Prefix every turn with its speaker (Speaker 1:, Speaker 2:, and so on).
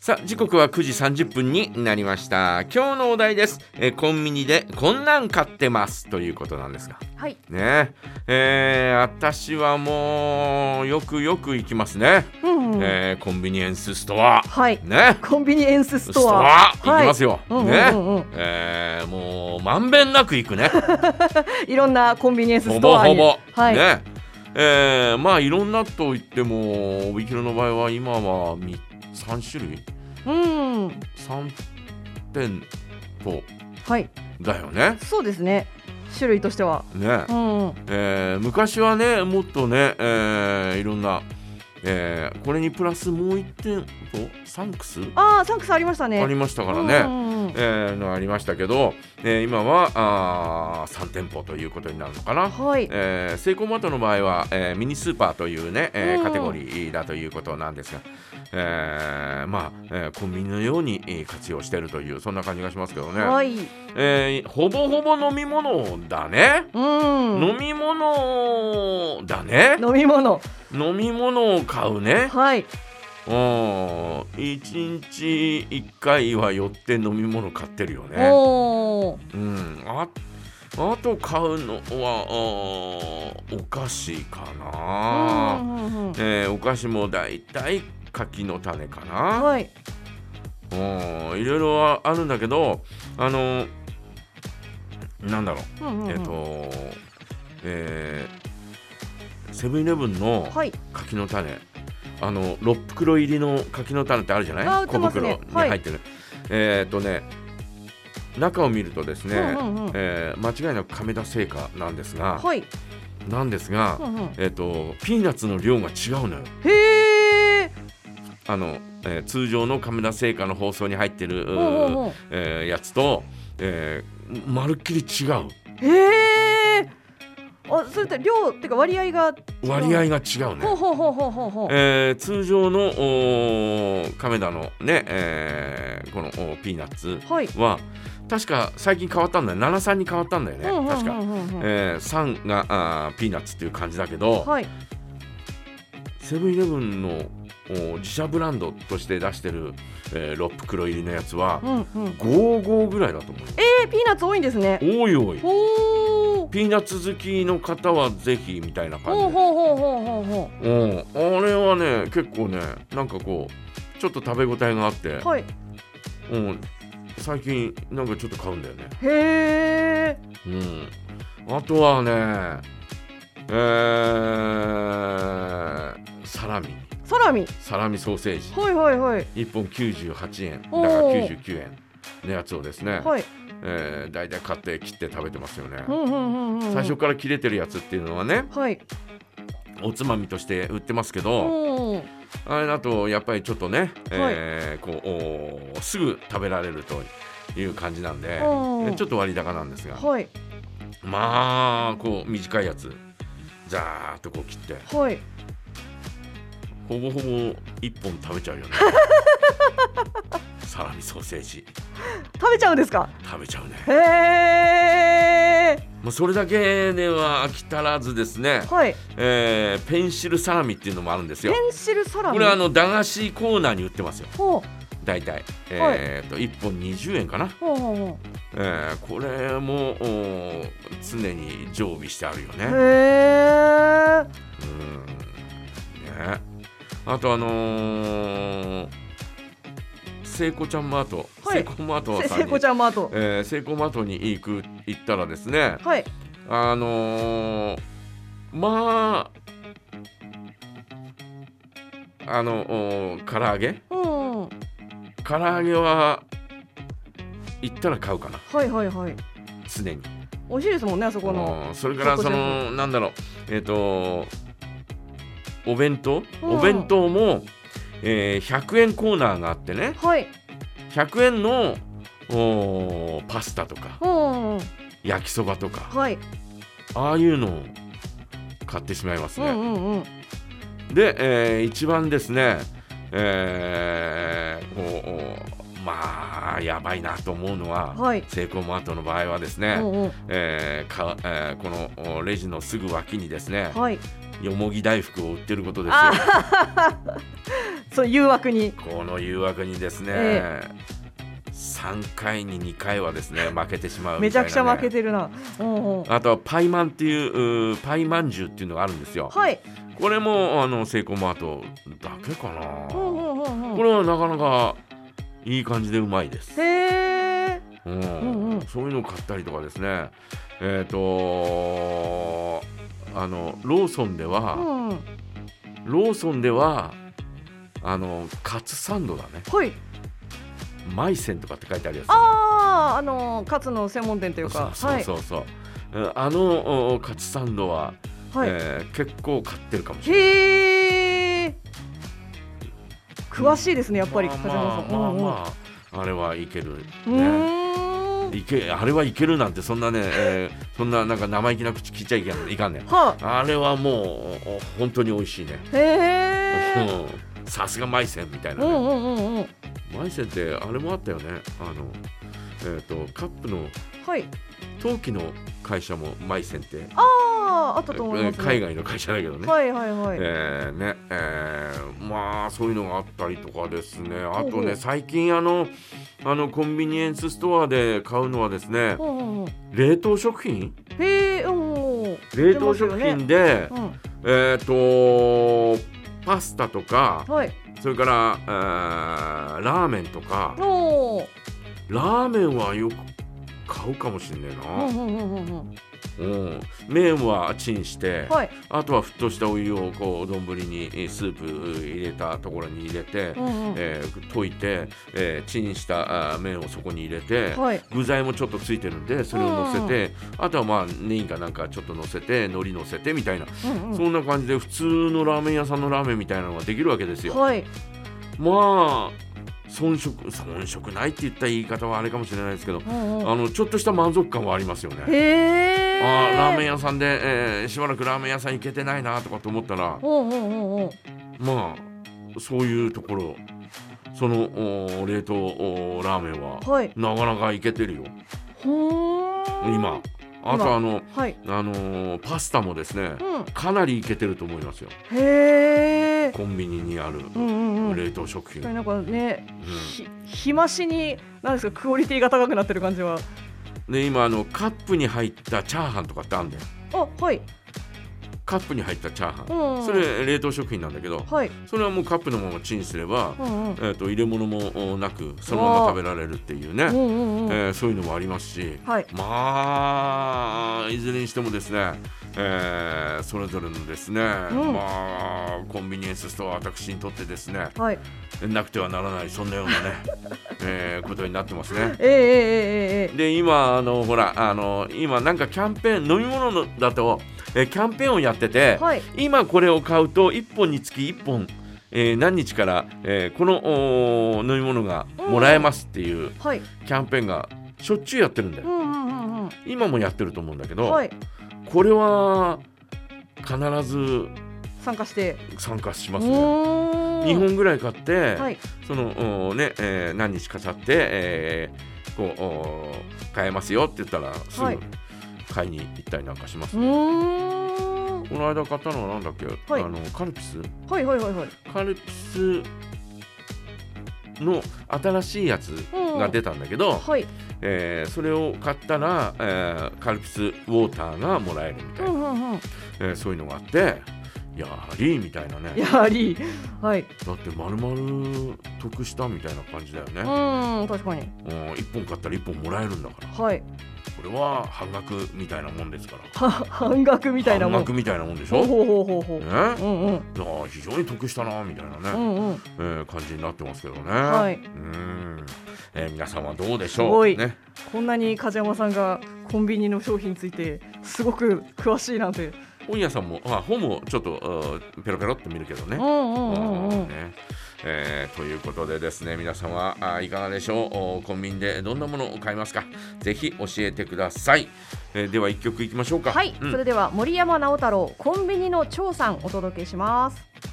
Speaker 1: さあ時刻は9時30分になりました今日のお題です、えーコンビニでこんなん買ってますということなんですが
Speaker 2: はい。
Speaker 1: ねえー私はもうよくよく行きますね、
Speaker 2: うんうん。
Speaker 1: えーコンビニエンスストア
Speaker 2: はい。
Speaker 1: ね
Speaker 2: コンビニエンス
Speaker 1: ス
Speaker 2: スト
Speaker 1: ト
Speaker 2: ア。
Speaker 1: ア行きますよ、
Speaker 2: うんうん
Speaker 1: ね
Speaker 2: うんうん。
Speaker 1: えーもうまんべんなく行くね
Speaker 2: いろんなコンビニエンス
Speaker 1: ほ
Speaker 2: ス
Speaker 1: ぼ
Speaker 2: トア
Speaker 1: ほ
Speaker 2: に。
Speaker 1: ぼ、
Speaker 2: はい。
Speaker 1: ねえーまあいろんなと言っても帯広の場合は今はみ3種類
Speaker 2: うん。
Speaker 1: 3店舗
Speaker 2: はい。
Speaker 1: だよね。
Speaker 2: そうですね。種類としては。
Speaker 1: ね
Speaker 2: うんうん。
Speaker 1: えー昔はねもっとね、えーいろんな、えーこれにプラスもう1店舗サンクス
Speaker 2: ああ、サンクスありましたね。
Speaker 1: ありましたから
Speaker 2: う
Speaker 1: ね。
Speaker 2: んうんうん。
Speaker 1: えーのありましたけど、えー今はあ3店舗ということになるのかな。
Speaker 2: はい。
Speaker 1: えー、セイコーマートの場合は、えーミニスーパーというね、えー
Speaker 2: うん
Speaker 1: カテゴリーだということなんですが、えーまあ、えーコンビニのようにえー活用しているというそんな感じがしますけどね、
Speaker 2: はい。
Speaker 1: えーほぼほぼ飲み物だね、
Speaker 2: うん。
Speaker 1: 飲み物だね
Speaker 2: 飲み物。
Speaker 1: 飲み物を買うね
Speaker 2: はい。
Speaker 1: うん1日1回は寄って飲み物買ってるよね。
Speaker 2: おお。
Speaker 1: うん、ああと買うのはあーお菓子か
Speaker 2: う
Speaker 1: な、
Speaker 2: んうんうん
Speaker 1: えーお菓子もだいたい柿の種かな、
Speaker 2: はい。
Speaker 1: うんいろいろはあるんだけどあのなんだろう、
Speaker 2: うんうんうん
Speaker 1: えっ、とえーセブンイレブンの
Speaker 2: はい。
Speaker 1: 柿の種、あの6袋入りの柿の種ってあるじゃない
Speaker 2: あー売って
Speaker 1: 小
Speaker 2: ます
Speaker 1: 袋
Speaker 2: ね
Speaker 1: に入ってる、えーっとね中を見るとですね、
Speaker 2: うんうんうん
Speaker 1: えー間違いなく亀田製菓なんですが、
Speaker 2: はい。
Speaker 1: なんですが、
Speaker 2: うんうん。
Speaker 1: えーっとピーナッツの量が違うのよ
Speaker 2: へえ。
Speaker 1: あの、えー通常の亀田製菓の包装に入ってる、
Speaker 2: ほうほうほう。
Speaker 1: えーやつと、えーまるっきり違う
Speaker 2: へえ。あ、それって量ってか割合が。
Speaker 1: 割合が違うね
Speaker 2: ほうほうほうほうほうほう。
Speaker 1: えー通常のおー亀田のね、えーこのおーピーナッツ
Speaker 2: はい。
Speaker 1: は確か最近変わったんだよ73に変わったんだよね、
Speaker 2: うんうんうんうん
Speaker 1: 確か、えー、3があーピーナッツっていう感じだけど、
Speaker 2: はい。
Speaker 1: セブンイレブンのお自社ブランドとして出してる、えー、6袋入りのやつは
Speaker 2: うんうん。
Speaker 1: 55ぐらいだと思う
Speaker 2: えー、ピーナッツ多いんですね。
Speaker 1: おいおい
Speaker 2: ほう。
Speaker 1: ピーナッツ好きの方はぜひみたいな
Speaker 2: ほう
Speaker 1: 感じ
Speaker 2: ほうほうほうほうほ
Speaker 1: うんあれはね結構ねなんかこうちょっと食べ応えがあって、
Speaker 2: う。はい。
Speaker 1: うん、最近なんかちょっと買うんだよね
Speaker 2: へえ。
Speaker 1: うん、あとはね、えーサラミ、
Speaker 2: サラミ。
Speaker 1: サラミソーセージ、
Speaker 2: はいはいはい。
Speaker 1: 1本98円、だか
Speaker 2: おー
Speaker 1: ら99円のやつをですね、
Speaker 2: はい。
Speaker 1: えー、大体買って切って食べてますよね。
Speaker 2: うんうんうんうんうん。
Speaker 1: 最初。から切れてるやつっていうのはね
Speaker 2: はい。
Speaker 1: おつまみとして売ってますけ
Speaker 2: う
Speaker 1: ど
Speaker 2: ん。は
Speaker 1: あれだとやっぱりちょっとね、えーこうおーすぐ食べられるという感じなんで
Speaker 2: おー
Speaker 1: ちょっと割高なんですが
Speaker 2: い。
Speaker 1: まあこう短いやつザーッとこう切って
Speaker 2: はい。
Speaker 1: ほぼほぼ1本食べちゃう よねサラミソーセージ
Speaker 2: 食べちゃうんですか。
Speaker 1: 食べちゃうね
Speaker 2: へえ。
Speaker 1: もうそれだけでは飽き足らずですね、
Speaker 2: はい。
Speaker 1: えーペンシルサラミっていうのもあるんです
Speaker 2: ペ
Speaker 1: よ
Speaker 2: ンシルサラ
Speaker 1: こ
Speaker 2: ミ。
Speaker 1: れはあ。の駄菓子コーナーに売ってますよ
Speaker 2: ほ
Speaker 1: 大体、え
Speaker 2: はい
Speaker 1: ー、と1本20円かな、
Speaker 2: う。ほうほうほ
Speaker 1: えーこれもおー常に常備してあるよね
Speaker 2: う。へえ。
Speaker 1: うんねあとあのー、セイコちゃんマート、
Speaker 2: はい
Speaker 1: セイコマート
Speaker 2: せ、
Speaker 1: さ
Speaker 2: せ
Speaker 1: ん
Speaker 2: い
Speaker 1: に
Speaker 2: こちゃんマート。
Speaker 1: えーセイコマートに行く行ったらですね
Speaker 2: はい。
Speaker 1: あのー、まああのお唐揚げ
Speaker 2: うん。は
Speaker 1: 唐揚げは行ったら買うかない
Speaker 2: はいはい。
Speaker 1: 常に
Speaker 2: 美味しいですもんね、あそこの。
Speaker 1: うんそれからそ
Speaker 2: そこ
Speaker 1: のなんだろうえっ、とお弁当、
Speaker 2: うん
Speaker 1: お弁当も、えー100円コーナーがあってね
Speaker 2: はい。
Speaker 1: 100円のおーパスタとか
Speaker 2: うん。
Speaker 1: 焼きそばとか
Speaker 2: はい。
Speaker 1: ああいうのを買ってしまいます
Speaker 2: う
Speaker 1: ね、
Speaker 2: んうんうん。
Speaker 1: で、えー一番ですねえーこうおーまあやばいなと思うのは、
Speaker 2: はい
Speaker 1: セイコーマートの場合はですね、
Speaker 2: うんうん。
Speaker 1: えーかえーこのおレジのすぐ脇にですね、
Speaker 2: はい。
Speaker 1: よもぎ大福を売ってることですよ
Speaker 2: あ。そう誘惑に
Speaker 1: この誘惑にですね、
Speaker 2: え
Speaker 1: 3回に2回はですね負けてしまうみ
Speaker 2: めち
Speaker 1: たいなね、
Speaker 2: ゃくちゃ負けてるな。うんうん。
Speaker 1: あとはパイマンっていううーパイまんじゅうっていうのがあるんですよ
Speaker 2: はい。
Speaker 1: これもあのセイコーマートだけかな
Speaker 2: うんうん
Speaker 1: こ
Speaker 2: うんうん。
Speaker 1: れはなかなかいい感じでうまいです、
Speaker 2: へえ。
Speaker 1: うん
Speaker 2: んうん
Speaker 1: そういうのを買ったりとかですねえっ、とあのローソンで
Speaker 2: う
Speaker 1: は、
Speaker 2: んうん。
Speaker 1: ローソンではあのカツサンドだね
Speaker 2: はい。
Speaker 1: マイセンとかって書いてあるやつ
Speaker 2: ああ、あのカツの専門店というか。
Speaker 1: そうそうそうそう、うんあのおカツサンドは、
Speaker 2: はい。はい。
Speaker 1: えー結構買ってるかもしれない
Speaker 2: へえ。詳しいですね、やっぱり。
Speaker 1: まあ
Speaker 2: 梶山さん
Speaker 1: まあまあ、
Speaker 2: うんうん
Speaker 1: まああれはいける
Speaker 2: う
Speaker 1: ね
Speaker 2: ーん
Speaker 1: いけあれはいけるなんてそんなね、えーそんななんか生意気な口聞いちゃいけないいかんねん
Speaker 2: は
Speaker 1: あれはもうお本当に美味しいね
Speaker 2: い。へえ。
Speaker 1: うんさすがマイセンみたいうな、
Speaker 2: ん
Speaker 1: ね
Speaker 2: うんうんうん。
Speaker 1: マイセンってあれもあったよねあのえっ、とカップの
Speaker 2: はい。
Speaker 1: 陶器の会社もマイセンって、
Speaker 2: ああ、あったと思い
Speaker 1: え
Speaker 2: ま
Speaker 1: ー
Speaker 2: す、ね。
Speaker 1: 海外の会社だけどね、
Speaker 2: はいはいはい。
Speaker 1: えーねえーまあそういうのがあったりとかですねあ
Speaker 2: ほ
Speaker 1: と
Speaker 2: うほ
Speaker 1: ね
Speaker 2: う
Speaker 1: 最近あのあのコンビニエンスストアで買うのはですね
Speaker 2: うんうんうん。
Speaker 1: 冷凍食品
Speaker 2: へえ、うんうん。
Speaker 1: 冷凍食品で、
Speaker 2: う
Speaker 1: えっ、とパスタとか
Speaker 2: ん。はい。
Speaker 1: それから、えーラーメンとか
Speaker 2: おお。
Speaker 1: ラーメンはよく買うかもしんねえ
Speaker 2: うん
Speaker 1: な、
Speaker 2: うんうんうんうん。
Speaker 1: うん、麺はチンして、
Speaker 2: はい。
Speaker 1: あとは沸騰したお湯をこう丼にえースープ入れたところに入れて、
Speaker 2: うんうん。
Speaker 1: えー溶いて、えーチンしたあー麺をそこに入れて、
Speaker 2: はい。
Speaker 1: 具材もちょっとついてるんでそれを乗せて、あとはまあネギかなんかちょっと乗せて海苔乗せてみたいな、
Speaker 2: うん
Speaker 1: そんな感じで普通のラーメン屋さんのラーメンみたいなのができるわけです
Speaker 2: うん。
Speaker 1: よ。
Speaker 2: はい。
Speaker 1: まあ遜色遜色ないって言った言い方はあれかもしれないですけど、
Speaker 2: うんうん。
Speaker 1: あのちょっとした満足感はありますよ
Speaker 2: へ
Speaker 1: ね。
Speaker 2: え。
Speaker 1: あーラーメン
Speaker 2: ン。
Speaker 1: 屋さんで、えーしばらくラーメン屋さん行けてないなとかと思ったら
Speaker 2: うんうんうんうん。
Speaker 1: まあそういうところそのおー冷凍おーラーメンは
Speaker 2: はい。
Speaker 1: なかなかいけてるよ
Speaker 2: ほーん。
Speaker 1: 今あとあの、
Speaker 2: はい。
Speaker 1: あのーパスタもですね
Speaker 2: うん。
Speaker 1: かなりいけてると思いますよ
Speaker 2: へえ。
Speaker 1: コンビニにある
Speaker 2: うんうんうん。
Speaker 1: 冷凍食品、
Speaker 2: 確かになんかね、ひ、日増しに、なんですか、クオリティが高くなってる感じは。
Speaker 1: で今あのカップに入ったチャーハンとかってあるんだよ
Speaker 2: あ、はい。
Speaker 1: カップに入ったチャーハン、
Speaker 2: うんうん。
Speaker 1: そ。れ冷凍食品なんだけど
Speaker 2: はい。
Speaker 1: それはもうカップのままチンすれば、
Speaker 2: うんうん。
Speaker 1: えー、と入れ物もおなくそのまま食べられるっていうね
Speaker 2: うんうんうん。
Speaker 1: えーそういうのもありますし
Speaker 2: はい。
Speaker 1: まあいずれにしてもですね、えーそれぞれのですね、
Speaker 2: ん
Speaker 1: まあコンビニエンスストアは私にとってですね
Speaker 2: はい。
Speaker 1: なくてはならないそんなよう なね、えーことになってますね。
Speaker 2: ええええええええ。
Speaker 1: で今あのほらあの今なんかキャンペーン飲み物のだと、えーキャンペーンをやってて、
Speaker 2: はい。
Speaker 1: 今これを買うと1本につき1本、えー何日から、えーこのおー飲み物がもらえますっていう
Speaker 2: はい。
Speaker 1: キャンペーンがしょっちゅうやってるんだよ
Speaker 2: う。んうんうん
Speaker 1: 今もやってると思うんだけ
Speaker 2: うん。
Speaker 1: ど、
Speaker 2: はい。
Speaker 1: これは必ず
Speaker 2: 参加して。
Speaker 1: 参加し
Speaker 2: お
Speaker 1: ますね。
Speaker 2: ー
Speaker 1: 2本ぐらい買って、
Speaker 2: はい。
Speaker 1: そのおーね、えー何日か経って、えーこうおー買えますよって言ったらすぐ
Speaker 2: はい
Speaker 1: 買いに行ったりなんかします
Speaker 2: う
Speaker 1: ね、
Speaker 2: ー
Speaker 1: こ
Speaker 2: ん。
Speaker 1: の間買ったのはなんだっけ、
Speaker 2: はい
Speaker 1: あのカルピス
Speaker 2: はいはいはいはい。
Speaker 1: カルピスの新しいやつが出たんだけど、
Speaker 2: はい。
Speaker 1: えーそれを買ったら、えーカルピスウォーターがもらえるみた
Speaker 2: う
Speaker 1: いな、
Speaker 2: んうんうん。
Speaker 1: えーそういうのがあってやはりみたいなね
Speaker 2: やはり。はい。
Speaker 1: だって丸々得したみたいな感じだよ
Speaker 2: う
Speaker 1: ね、
Speaker 2: ーん、確かに。
Speaker 1: うん、1本買ったら1本もらえるんだから
Speaker 2: はい。
Speaker 1: これは半額みたいなもんですから
Speaker 2: は半額みたいなも
Speaker 1: 半
Speaker 2: ん。
Speaker 1: 額みたいなもんでし
Speaker 2: ほ
Speaker 1: ょね
Speaker 2: うほうほうほうほう。
Speaker 1: だ
Speaker 2: うんうん。
Speaker 1: から非常に得したなみたいなね、
Speaker 2: うんうん。
Speaker 1: えー感じになってますけどね、
Speaker 2: はいう
Speaker 1: ーん、えー皆さんはどうでし
Speaker 2: す
Speaker 1: ょ
Speaker 2: ご
Speaker 1: う
Speaker 2: い
Speaker 1: ね
Speaker 2: こんなに梶山さんがコンビニの商品についてすごく詳しいなんて。
Speaker 1: 本屋さんもあ本もちょっとあーペロペロっと見るけどね
Speaker 2: うんうん
Speaker 1: う
Speaker 2: う
Speaker 1: ん
Speaker 2: んうん。
Speaker 1: ねえーということでですね皆さんはあいかがでしょうおコンビニでどんなものを買いますかぜひ教えてください、えーでは一曲いきましょうか
Speaker 3: はい、
Speaker 1: うん
Speaker 3: それでは森山直太朗コンビニの長さんお届けします